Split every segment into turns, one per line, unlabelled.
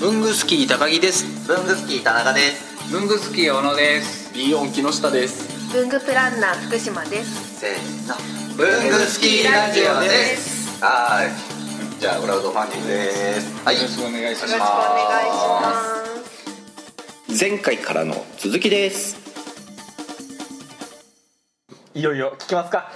文具スキー高木です
文具スキー田中です
文具スキー小野です
ビヨン木下です
文具プランナー福島です
せーの文具スキーラジオですはーいじゃあ裏ウドファンディングですはい
よろしくお願いし
よ
ま
ろ
す
しくお願いします
前回からの続きです
いよいよ聞きますか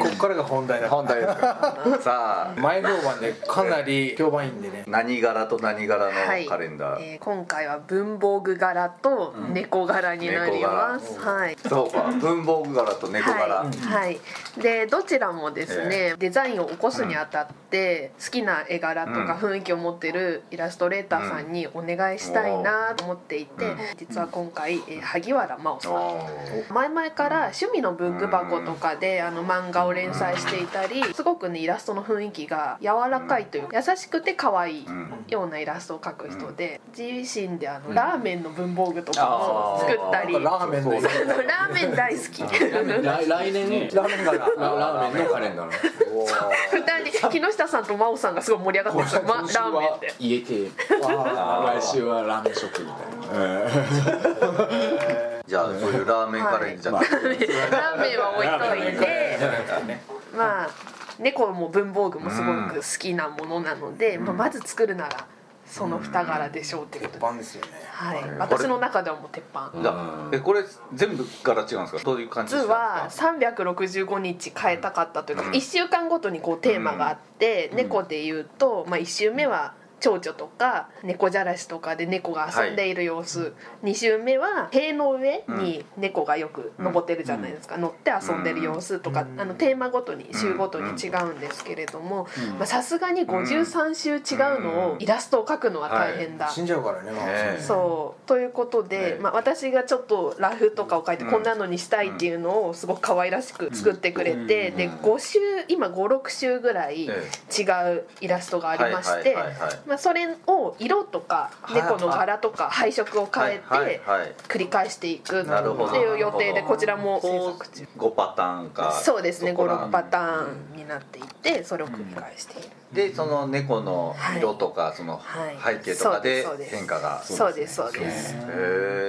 ここからが本題だ
本題ですか
さあ
前評判でかなり評判いいんでね
何柄と何柄
はい
のカレンダー、
えー今回は文房具柄と猫柄になります、はい
そうか文房具柄と猫柄、
はい、はい、でどちらもですね、デザインを起こすにあたって、好きな絵柄とか雰囲気を持ってるイラストレーターさんにお願いしたいなと思っていて、
うん
実は今回、えー萩原真央さん
お
前々から趣味の文具箱とかであの漫画を連載していたりすごくねイラストの雰囲気が柔らかいというか優しくて可愛い
ーうん
ようなイラストを描く人で自身であのラーメンの文房具とかも作ったり
ラーメンの
あのラーメン大好き
来来年
ラーメンから
ラーメンのカレンダーの
二人木下さんと真央さんがすごい盛り上がってました、ま、ラーメンで
家系
あ
来週はラーメンショップみたいな、
じゃあそういうラーメンカレンダー、
ラーメンは置いといてまあ猫も文房具もすごく好きなものなので、まあ、まず作るならその二柄でしょうっていうことで、
番ですよね
はい、私の中ではもう鉄板
じゃあえこれ全部柄違うんですかどういう感じ
実
です
は
か
365日変えたかったというか、
うん
1週間ごとにこうテーマがあって、猫で言うと、まあ、1週目は蝶々とか猫じゃらしとかで猫が遊んでいる様子、2週目は塀の上に猫がよく登ってるじゃないですか、乗って遊んでる様子とか、
うん
あのテーマごとに週ごとに違うんですけれどもまあさすがに53週違うのをイラストを描くのは大変だ、
死んじゃうからね
ね
そうということで、
ええ
まあ、私がちょっとラフとかを書いて
うん
こんなのにしたいっていうのをすごく可愛らしく作ってくれて、で5週今56週ぐらい違
え
うイラストがありまして、
はいはいはいはい
まあ、それを色とか
はい
猫の柄とか配色を変え
はい
て
はいはい
繰り返していくって
なるほど
いう予定でこちらも制
こ
作中
う5パターンか
そうですね
そこら
56パターンになっていてそれを繰り返している。
でその猫の色とかその
はい
背景とかで
そうですそうです
変化が
そうですそうです
へ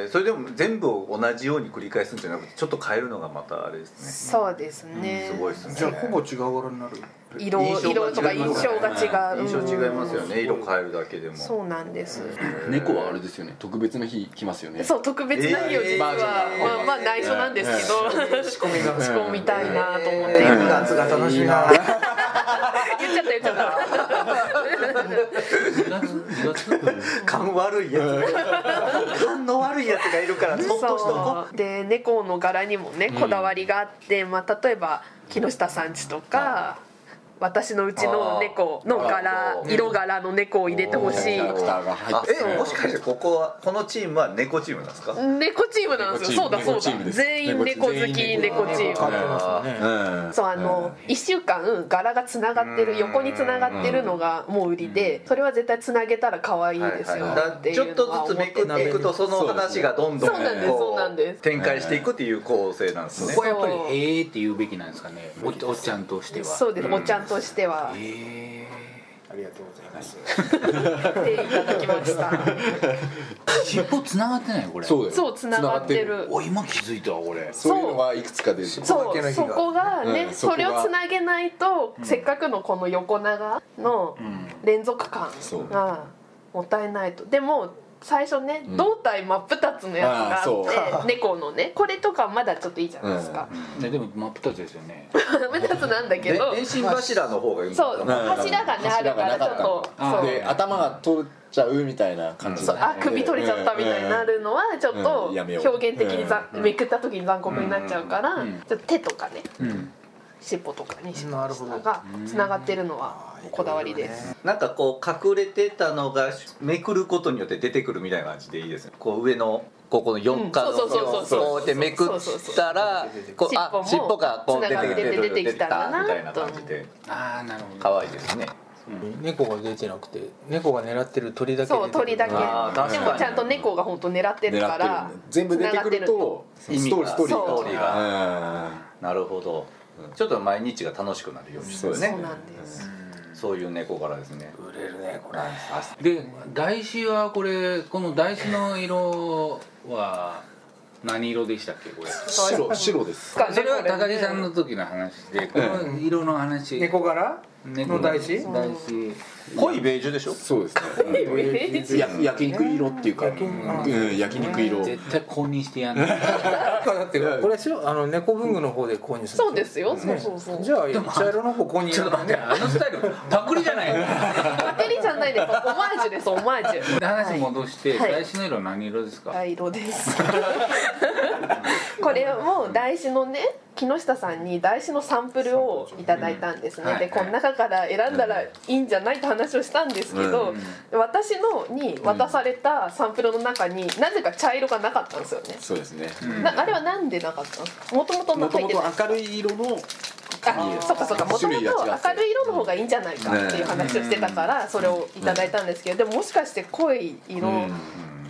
えそれでも全部を同じように繰り返すんじゃなくてちょっと変えるのがまたあれです
そうですね
ね、すごいですね
じゃあほぼ違う柄になる
色
印象が
色とか
違い
印
ます
象
よね
が違う
印象違いますよ
うん
ね色変えるだけでも
そうなんです
猫はあれですよね特別な日来ますよね
そう特別な日を実は、
えー
まあ、まあ内緒なんですけど、仕込みが仕込みたいなと思って、
えー夏が楽しみな
言っちゃった言っちゃった
勘悪いやつ勘の悪いやつがいるからそっとしとこ
そうで猫の柄にもねこだわりがあって、まあ、例えば木下さんちとか私のうちの猫の柄
あー
色柄の猫を入れてほしい
キャラクターが入って
えもしかしてここはこのチームは猫チームなんですか
猫チームなんですよそうだそう
猫チーム
だ
です
全員猫好き猫チ
全員猫
ーム
変わってますよね
そうあの、一1週間柄がつながってる横につながってるのがもう売りで、それは絶対つなげたら可愛いですよ
はいはい
ってい
ちょ
う
っ
のは
と
思
ずつめく
って
ってい
て
くとその話がどんどん
そうなんです
こ
そうなんです
展開していくっていう構成なんです
こ
ね
こはやっぱり「へえ」って言うべきなんですかねおおっちゃんとしては
そうですおちゃんとしては
へえ
ありがとうございます
来ていただきました
尻尾つながってないこれ
そうだよ
そうつながってる
お今気づいたわこれ
そういうのがいくつか出てる
そ
ここだけの
う
日が
そこがね、
うんそこ
そ
が
れをつなげないと、せっかくのこの横長の連続感
そう
がもったいないとでも最初ね、胴体真っ二つのやつ
あ
があって 猫のねこれとかまだちょっといいじゃないですか、
ねでも真っ二つですよね
真っ二つなんだけ
で
ど
遠心柱の方がいいのか
そう
な
柱がねあるからちょっと
あ
そう
で頭が取っちゃうみたいな感じ
そうあ首取れちゃったみたいになるのはちょっと
うんやめよう
表現的にざめくった時に残酷になっちゃうから
ん
ちょっと手とかね
うん
尻尾とかにし
な
ま
る
し
ほ
た
ど
がつながってるのはこだわりです
なんかこう隠れてたのがめくることによって出てくるみたいな感じでいいですねこう上のここの4巻
うんそうそうそうそう
こうやってめくったらこうあ
尻
尻
尾も
尾がこう出てきて
つながって
る
出てきたんだな
みたいな感じで
ああなるほど
可愛いですね
猫が出てなくて猫が狙ってる鳥だけ出て
そう鳥だけ
あー確か
で
に
もちゃんと猫が本当狙ってる
狙
か
ってるん
ら
だ全部出てくるとスト
意味
ーリー
が
ストーリ
そうストー
ー
リー
がうん
なるほどちょっと毎日が楽しくなるように
そうです
つな
ね
がってるそうなんです
そういう猫柄ですね
売れるねこれ
はいあ
で台紙はこれこの台紙の色は何色でしたっけこれ
白白です
かね
それは
こね
高木さんの時の話でこの色の話
猫柄
猫
の台紙
台紙
濃いベージュでしょ
そう ですねうんや焼肉色っていうか
焼肉
うんうん焼肉色
絶対公認してやんない
だって
うん
これしろあの猫文具の方で購入する
そうですよそうそうそう
じゃあ茶色の方購入
ちょっと待ってあのスタイルパクリじゃない
バッテリーじゃないですオマージュですオマージュ
で話戻して
はい
台紙の色何色ですか、
大色です これも台紙のね木下さんに台紙のサンプルをいただいたんですね、
うんはい
でこの中から選んだらいいんじゃないって話をしたんですけど、私のに渡されたサンプルの中になぜか茶色がなかったんですよね、
そうですね
うん
なあれはなんでなかったんですかもともと
もと
入っ
も
てた
と明るい色の
あそっかそっかもともと明
種類が違って
るい色の方がいいんじゃないかっていう話をしてたからそれをいただいたんですけどでももしかして濃い色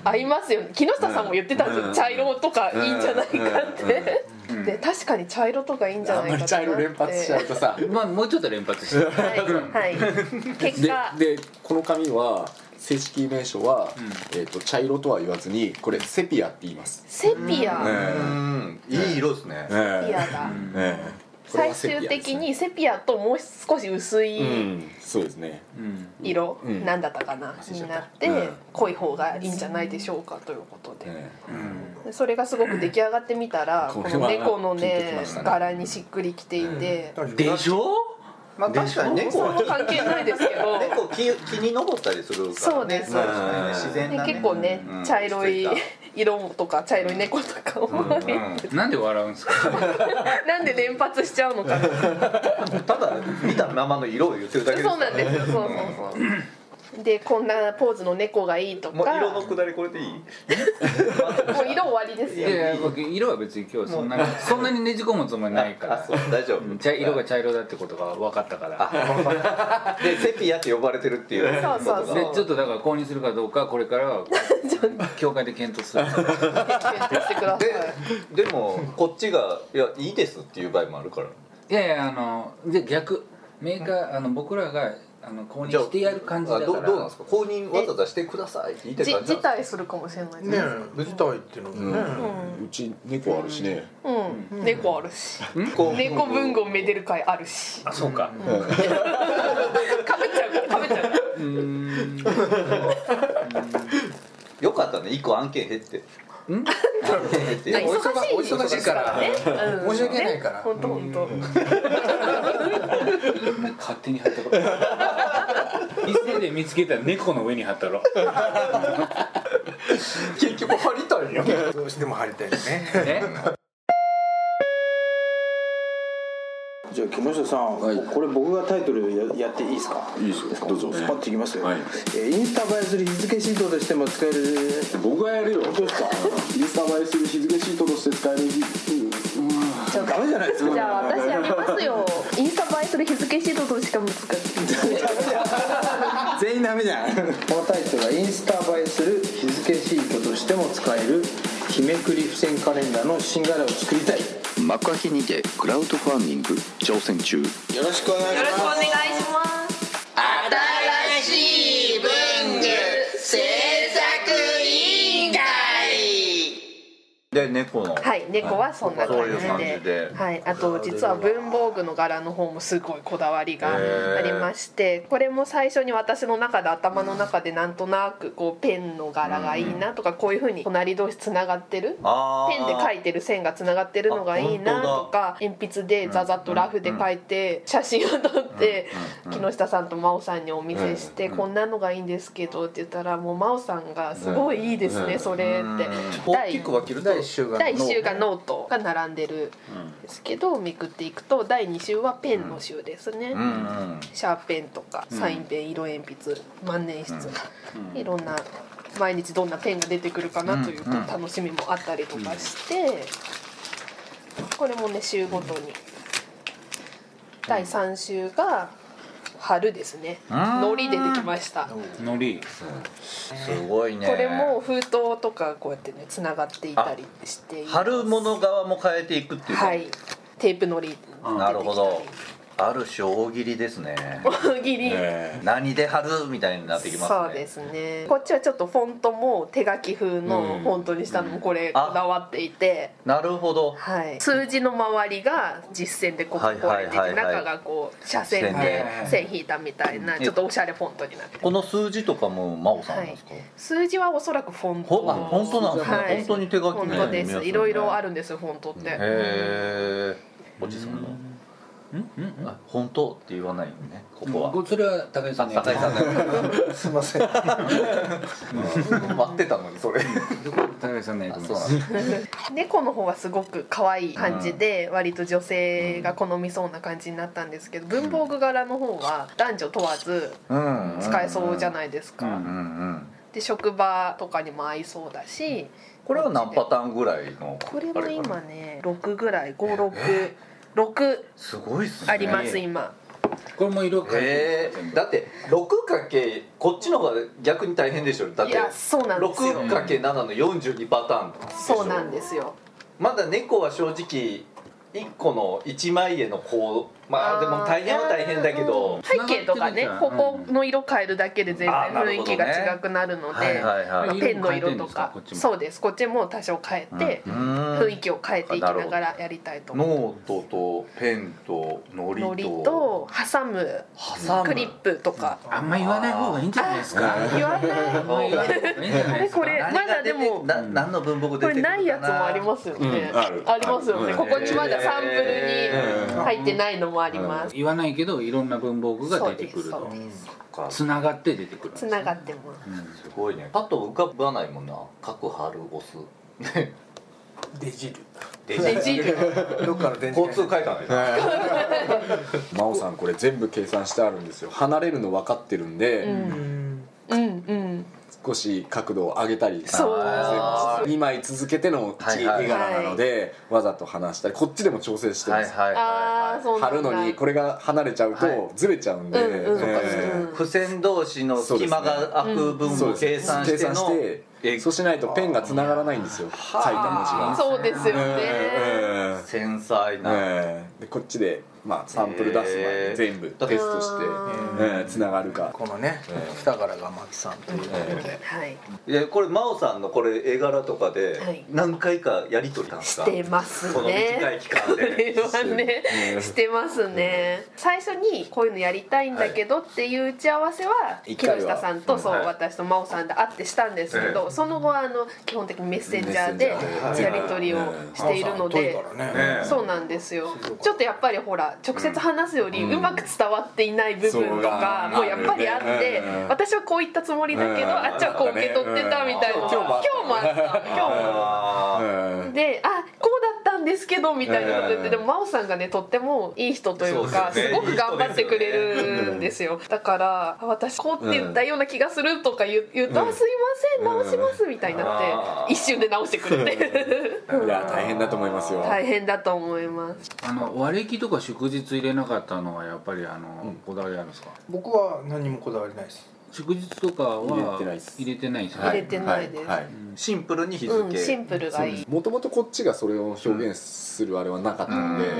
合いますよね木下さんも言ってたんです
う
よ
ん
茶色とかいいんじゃないかって
うん
で確かに茶色とかいいんじゃ
あん
ないかっ
まり
て
茶色連発しちゃうとさ
まあもうちょっと連発して
はいはい結
で
果
でこの紙は正式名称は、えー、と茶色とは言わずにこれセピアって言います、
セピ
え
ア
うんいい色ですね
セ
ええ
ピアだ
ええこれ
最
はセ
終
ピアですね
的にセピアともう少し薄い
うんそうですね
うん
色
うん
なんだったかな
忘れちゃ
に
った
なって
うん
濃い方がいいんじゃないでしょうかということで。
え
でそれがすごく出来上がってみたらこ
これ
の
は
猫の
ピンとき
ね
ましたね
柄にしっくりきていて、
でしょ
まあ確かに
猫
猫
は関係ないですけど
猫木木に登ったりするからね
そうです
そうですね自然
で
なね
結構ね
うん
茶色い
うん
色とか茶色い猫とかを、
なんで笑うんですか
なんで連発しちゃうのかな
ただ見たままの色を言ってるだけです
そうなんですよそうそうそうでこんなポーズの猫がいいとか
もう色のくだりこれでいい
もう色終わりです
い
よ
やいや色は別に今日そんなにそんなにねじ込むつもりないか
あ
ら
そう大丈夫
茶色が茶色だってことが分かったから
でセピアって呼ばれてるっていう
そうそうそう
でちょっとだから公認するかどうかこれから は協会で検討する
検討してください
ででもこっちが「いやいいです」っていう場合もあるから
いやいやあので逆メーカーあの僕らがあの公認
じゃあ
してやる感じだから
あどうどうなんですか公認わざわざしてくださいって言いたい
じ
感じ
辞
なんですか
退するかもしれないです
ねえ自体っていうのもね、
うち猫あるしね、
うん、猫あるし
こう
猫文具をめでる会あるし
あそうか
うん
かぶっちゃうからかぶっちゃうから
うーん
よかったね一個案件減って
ん
案件減って
あ忙
お
しい
忙しいから
ね、うん
申し訳ないから
ね本当本当。
勝手に貼ったろ 一斉で見つけたら猫の上に貼ったろ
結局貼りたいよ
どうしても貼りたいね
ね
じゃあ木下さん、
はい
これ僕がタイトルややっていいですか
いいですよどうぞ
スパッといきますよ、
はい
えーインスタ映えする日付シートとしても使える
僕がやるよ
どうですか
インスタ映えする日付シートとして使える日
ダメじゃないですか
じゃあ私やりますよ。インスタ映えする日付シートとしか難しい。
全員ダメじゃん
このタイトルはインスタ映えする日付シートとしても使える日めくり付箋カレンダーの新柄を作りたい
幕開けにてクラウドファンディング挑戦中
よろしくお願いします
お願いします。
で猫の
はい、猫はそんな感じ
そういう感
で。
じで
はい、あと実は文房具の柄の方もすごいこだわりがありまして、これも最初に私の中で頭の中でなんとなくこうペンの柄がいいなとか、こういう風に隣同士つながってる
あ
ペンで書いてる線がつながってるのがいいな
あ本
とか鉛筆でザザッとラフで書いて写真を撮って木下さんと真央さんにお見せして「こんなのがいいんですけど」って言ったらもう真央さんが「すごいいいですねそれ」って
大きく分けると
第1週が
第1週がノートが並んでるんですけどめくっていくと第2週はペンの週ですね。
うん
シャーペンとかサインペン色鉛筆万年筆、いろんな毎日どんなペンが出てくるかなというこう楽しみもあったりとかして、これもね週ごとに第3週が春ですね糊でできましたこ
のり
すごいね
れも封筒とかこうやってねつながっていたりしています
貼るもの側も変えていくっていうか
はいテープ糊出てきたり
なるほどある種大喜利ですね
大喜利、
え
何で貼るみたいになってきますね
そうですねこっちはちょっとフォントも手書き風のフォントにしたのもこれこ
あ
だわっていて、
なるほど
はい、数字の周りが実線でこう
はい
囲われてい
はい
て
はいはい
中がこう斜線
線
で
で
線引いたみたいなちょっとおしゃれフォントになって
こ
る
の数字とかも真央さんなんですか、
数字はおそらくフォン
ほあ本
ト
当なんですね、
はい
本当に手書き
本
みたいに
当
見え
で
ますすね
いろいろあるんですよフォントって
へえおじさんの
うん
あ本当って言わないよねここは、
うんそれは高井さ
あ
ん
酒井さんだ
すいません
待ってたのにそ れ
高井さんのや
あ
つ
そうなんだ
猫の方はすごく可愛い感じで割と女性が好みそうな感じになったんですけど文房具柄の方は男女問わず
うん
使えそうじゃ
い
ないです
う
か
うんうん
で職場とかにも合いそうだし
これは何パターンぐらいの
これ
あ
も
かな
今ね6ぐらい5666
すごいっすね
あります今
これも色変
へ
え
えだって六かけこっちの方が逆に大変でしょだっ
い
て
やそうなんですよ
六かけ七の四十二パターンでしょ
そうなんですよ
まだ猫は正直一個の一枚絵のこうまあ
ー
でも大変は大変だけど、
背景とか
つながってる
ね
じゃん
ここの色変えるだけで全然
あーなる
雰囲
ほど
気
ね
が違くなるので
はいは
まあ
色も
ペンの
変えて
色
ん
と
です
か
かこっちも
そうですこっちも多少変えて、
雰
雰囲気を変えていきながらやりたいと思う
ノートとペンとのりと
のりと挟む
挟む
クリップとか
あんま言わない方がいいんじゃないですか
言わない
あんま言わない方がいいんじゃないですか
これ
何が出て
まだでも
な何の文房具出
これ
てくるか
ないやつもありますよね、
うんある
りますよね、
うん
ここにまだサンプルに入ってないのもあります、
言わないけどいろんな文房具が出てくる
そう
と
ですそうです
か
つながって出てくるんです
つ
ね
ながってます
すごいねパッと浮かばないもんな角貼る押す
デジル
でジール
どっかの電池
交通会館で
真央さんこれ全部計算してあるんですよ離れるの分かってるんで、
うん
う
う
ん
んうん
少し角度を上げたり
そう
あ
2枚続けての
はい
絵
はい
柄なのでわざと離したりこっちでも調整してます
はい
ああそうな
貼
んだ
るのにこれが離れちゃう
はい
とずれちゃうんで
うんうん
え
う
ー
ん
付箋同士の隙間が空く
そ
分
う
を
です
計算しての
計算してそうしないとペンがつながらないんですよ書いた文字が
そうですよね
えー
繊細な
えーでこっちでまあサンプル出す前
えー
に全部テストしてえーつながるか
このね二柄がマキさんということで
はい
いやこれ真央さんのこれ絵柄とかで
はい
何回かやり取りしたんです
し
か
てますね
この短い期間
これ
で
はねしてますね最初にこういうのやりたいんだけどっていう打ち合わせは木
一回は
下さんとそう
うんはい
私と真央さんで会ってしたんですけどその後はあの基本的にメッセンジャーで
メッセンジャーで
やり取りをしているので
マキさん遠いからね
そうなんですよちょっとやっぱりほら直接話すよりうまく伝わっていない部分とか
うん
もうやっぱりあって
うんうん
私はこう言ったつもりだけ
うん
どあっちはこう受け取ってたみたいな
う
今
ん
日もあった今日も
あー
え
で「あこうだったんですけど」みたいなこと言って、
うん
でも真央さんがねとってもいい人というか,、
そうですすね
ごく頑張ってくれるんですよだからあ「私こうって言ったような気がする」とか言う言うと「
うん
あすいません直します」みたいになっ
あ
て一瞬で直してくれて
ーいや大変だと思いますよ
大変だと思います
あの割り切りとか祝日入れなかったのはやっぱりあの、こだわりあるんですか
僕は何もこだわりないです
祝日とかは
入れてないっす
入れてないですよね、
入れてないです
はいはい
シンプルに日
うん、
付
シンプルがいい
もともとこっちがそれを表現するあれはなかったの
う
で、
ん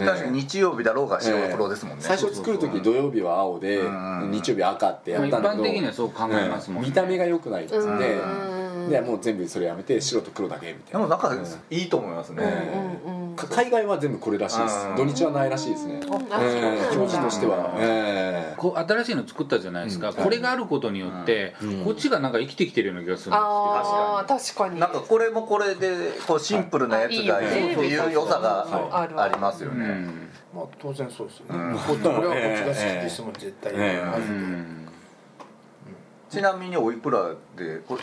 えー
確かに日曜日だろうが白黒ですもんね
最初作る時土曜日は青で
うん
日曜日赤ってやったんだけ
まあ一般
ど
的にはそう考えますもんね
ええ見た目が良くないっつ
うん
って
うん
でもう全部それやめて白と黒だけみ
で
たい
もな
な
んかいいと思いますね
う
え
んうん
か海外は全部これらしいです
うん
土日はないらしいですね
あそうなんだ
ええ表示としてはええ
こう新しいの作ったじゃないですか、これがあることによって、こっちがなんか生きてきてるような気がするんですよ
ああ確かに
なんかこれもこれでこうシンプルなやつがいいっていう良さが
ある
ありますよ
う
ね
ん
まあ当然そうですよねこっちこれはこっちが好きですもん絶対
ええ
まず
うん
ちなみにおいくらでこれ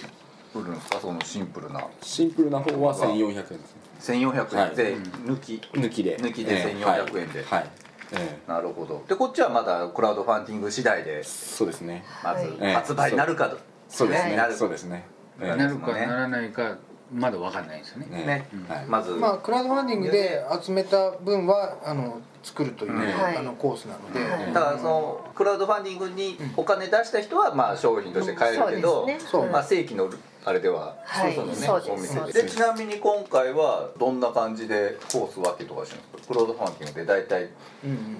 売るんですかそのシンプルな
シンプルな方は1400円ですね
1400円で抜き、
抜きで
抜きで
ええはい
1400円で
はいええ
なるほどでこっちはまだクラウドファンディング次第で
そうですね
まず
はい
ええ
発売になるかと、
そうです
ね
ね
なる
そうですねええ
なるかならないかまだわかんないですよね
ええ
ね
はい
まず、
まあクラウドファンディングで集めた分はあの作るという、
はい
あのコースなので、
だからそのクラウドファンディングにお金出した人はまあ商品として買えるけど、
うんそうですね
そう
まあ、正規のあれでは、
はい
そのね
そうです
お店
そう
で
です
でちなみに今回はどんな感じでコース分けとかしてるんですかクラウドファンディングで大体
うんうん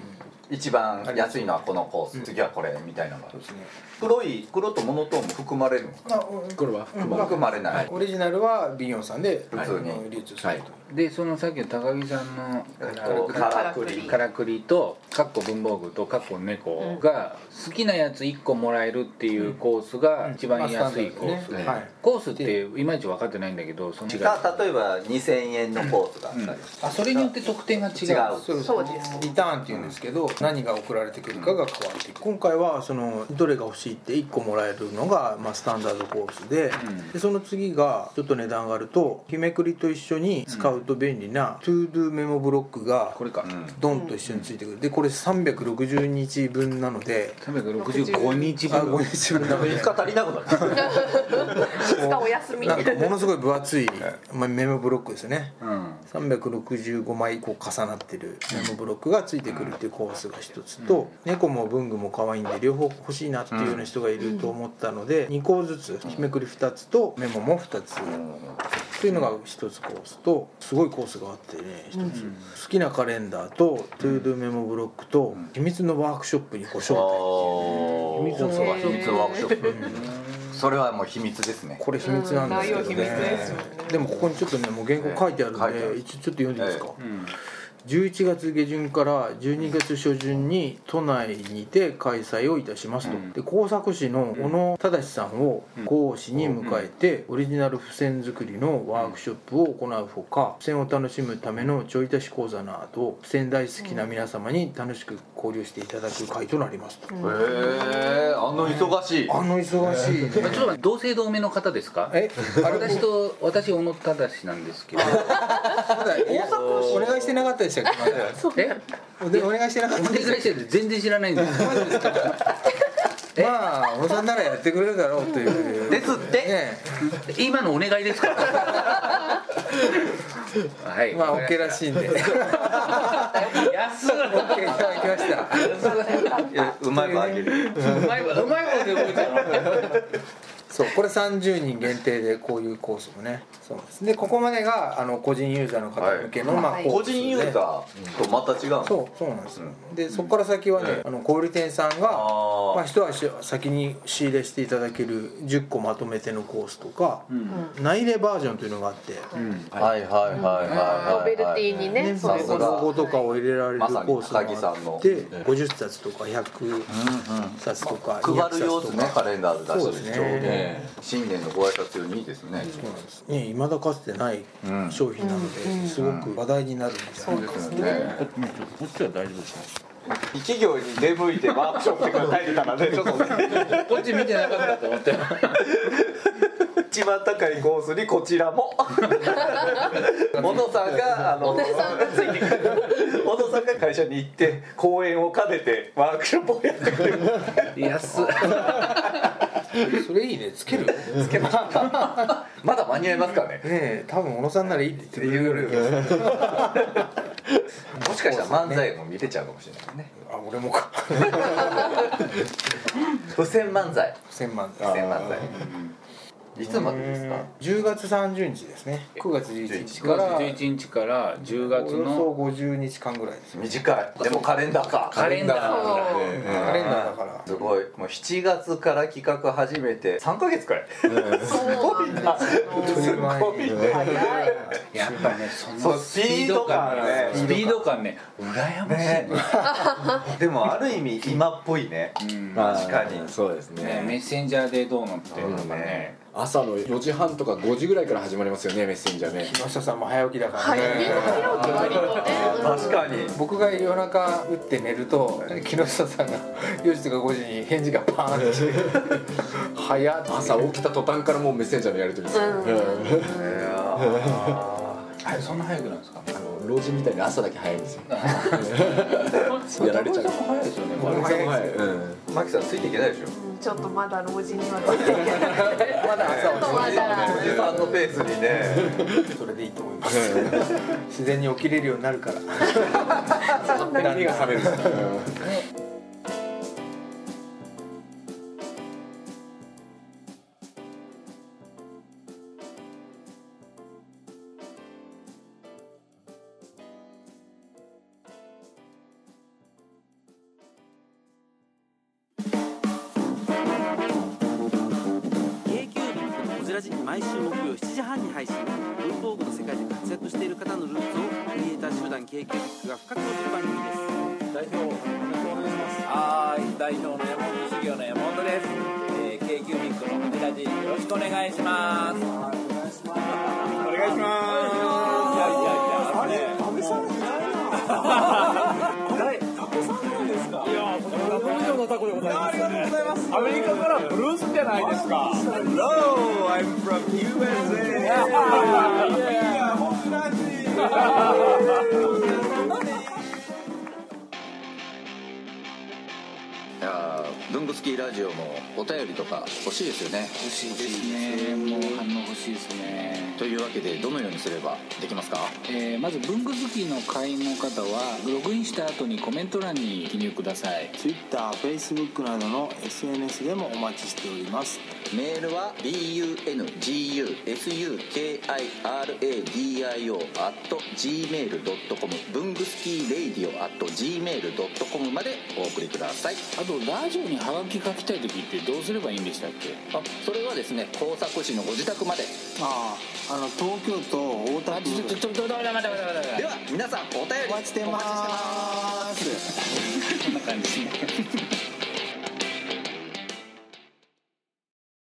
一番安いのはこのコース、次はこれみたいなのがある
ですね
黒い黒とモノトーンも含まれるの
まあうん
これは
うん
まあ
含まれない、
オリジナルはビヨンさんで
はい
あの流通すると
でそのさっきの高木さんの
こうからくり
からくりとかっこ文房具とかっこ猫が好きなやつ1個もらえるっていうコースが一番安いコース、
まあスタンダドです
ね
ねはい
コースっていまいち分かってないんだけどその違い
が例えば2000円のコースがあったり
あそれによって得点が違う
違う
そうです
そうです
リターンっていうんですけど何が送られてくるかが変わっていく今回はそのどれが欲しいって1個もらえるのが、まあ、スタンダードコースで,、
うん
でその次がちょっと値段上がると日めくりと一緒に使うと便利な、トゥードゥメモブロックが
これか、
うん
ドンと一緒についてくるでこれ360日分なので
365日
あ
分
5日分なので
3日足りなくなる
2日お休み
なんかものすごい分厚いまあメモブロックですね
うん
365枚こう重なってるメモブロックがついてくるっていうコースが一つと、猫も文具も可愛いんで両方欲しいなっていうような人がいると思ったので、2個ずつ日めくり2つとメモも2つというのが一つコースとすごいコースがあってね一つ、好きなカレンダーとトゥードゥメモブロックと秘密のワークショップにご招待
おー
秘密の
ワークショップ
秘密のワークショップ それはもう秘密ですね
これ秘密なんですけど
うん内容秘密
ね
ですよね
でもここにちょっとねもう原稿書いてあるんで、
ええ書いてある
一応ちょっと読んでいいですか、
うん
11月下旬から12月初旬に都内にて開催をいたしますと、
うん
で工作師の小野忠さんを講師に迎えてオリジナル付箋作りのワークショップを行うほか付箋を楽しむためのちょい足し講座など付箋大好きな皆様に楽しく交流していただく会となりますと、
へえあの忙しい
あの忙しいね
まあちょっと待って同姓同名の方ですか
えあれ
私と私小野忠なんですけど
まだお願いしてなかったでしたっけまだ
え
おでお願いしてなかっ
お
た
願い
でしたっ
してる全然知らないんですよ
けまあ小野さんならやってくれるだろうという
ですって
ね
今のお願いですからはい
まあ OK らしいんで OK い
安いう
ただきました
いやうまい棒あげる
まいわうまいわで動いたの
そうこれ30人限定でこういうコースもねそうですでここまでがあの個人ユーザーの方向けの、まあ
はい
コ
個
ースで
人ユーザーとまた違うの
そうそうなんですよ、でそこから先はね、あの小売店さんが
あー
まあ、一足先に仕入れしていただける10個まとめてのコースとか、内入れバージョンというのがあって、
はいはいはい
ノベルティにね
ね、
そういう
さ
こ
す
と
が
ロゴとかを入れられるコ
まさに
ースもあって、
高木さんの
50冊とか100冊とか200
配る様子
冊と
ね
か
カレンダーで出してる
そうです
ね
ちょうど新年のご挨拶用にいいですね
ねいまだかつてない
うん
商品なので、すごく話題になるんですよね、
ですよねこっちは大丈夫です一行に出向いてワークショップって書いてたらねちょっとね
こっち見てなかったと思って
一番高いコースにこちら も小野さんがあの小野さんがついてくる小野さんが会社に行って講演を兼ねてワークショップをやってくれる
安い
それいいねつけるね
つけました まだ間に合いますかね
え多分小野さんならいいって言ってくれるような気がする
もしかしたら漫才も見れちゃうかもしれないね
あ俺もか
付箋漫才
1000万
付箋漫才いつまでですか
10月30日ですね9月11日から
9月11日から10月
およそ
の
50日間ぐらいです
短いでもカレンダーか
カレンダーぐらい
そう
カレンダーだから
すごいもう7月から企画始めて3か月くらい
そうなんですよ
すごいね
早い
やっぱねそ
そ
の
う
スピード感ね
ス
ス
ピ
ピ
ー
ー
ド
ド感ね羨まし
ね
い
でもある意味今っぽいね
うんね
あー
確かに
そうですね
メッセンジャーでどうのっていうのがね
朝の4時半とか5時ぐらいから始まりますよねメッセンジャーね
木下さんも早起きだから
早
ね
い早起き割とね
確かに
僕が夜中打って寝ると木下さんが4時とか5時に返事がパ ーンって早っ
朝起きた途端からもうメッセンジャーのやり取りですよ、うん
はいそんな早くなんですか
あの老人みたいに朝だけ早いんですよ やられちゃう
早いですよね
高井さんも早いうん
マキさんついていけないでしょ
うんちょっとまだ老人にはついていけないまだ朝起きま
おじさんのペースにね
それでいいと思います 自然に起きれるようになるから
そんなに
目が覚める
ジラジ毎週木曜7時半に配信文房具の世界で活躍している方のルーツをクリエイター集団 KQ が深く落ちる番組です代表お願いしますはい代表の山本修行の山本です、えー、KQ ミックのホジラジよろしくお願いしますお願いしますお願いしますいやいやいやあれ安倍さんじゃないないやこれはどうしようのタコでございます、ありがとうございますアメリカからブルースじゃないですか Hello I'm from USA いやホジラ
いやー文具好きラジオもお便りとか欲しいですよね
欲しいですねもう反応欲しいですね
というわけでどのようにすればできますか
えーまず文具好きの会員の方はログインした後にコメント欄に記入ください
TwitterFacebook などの SNS でもお待ちしております
メールは bungusukiradio.gmail.com 文具好きレイディオ .gmail.com までお送りください
あとラジオにハガキ書きたい時ってどうすればいいんでしたっけ
あそれはですね工作士のご自宅まで
あああの東京都大田
あ
区
ちょっとちょっとちょっと待って待って待って待
では皆さんお便り
お待ちしてます
お待ちしてます
こんな感じですね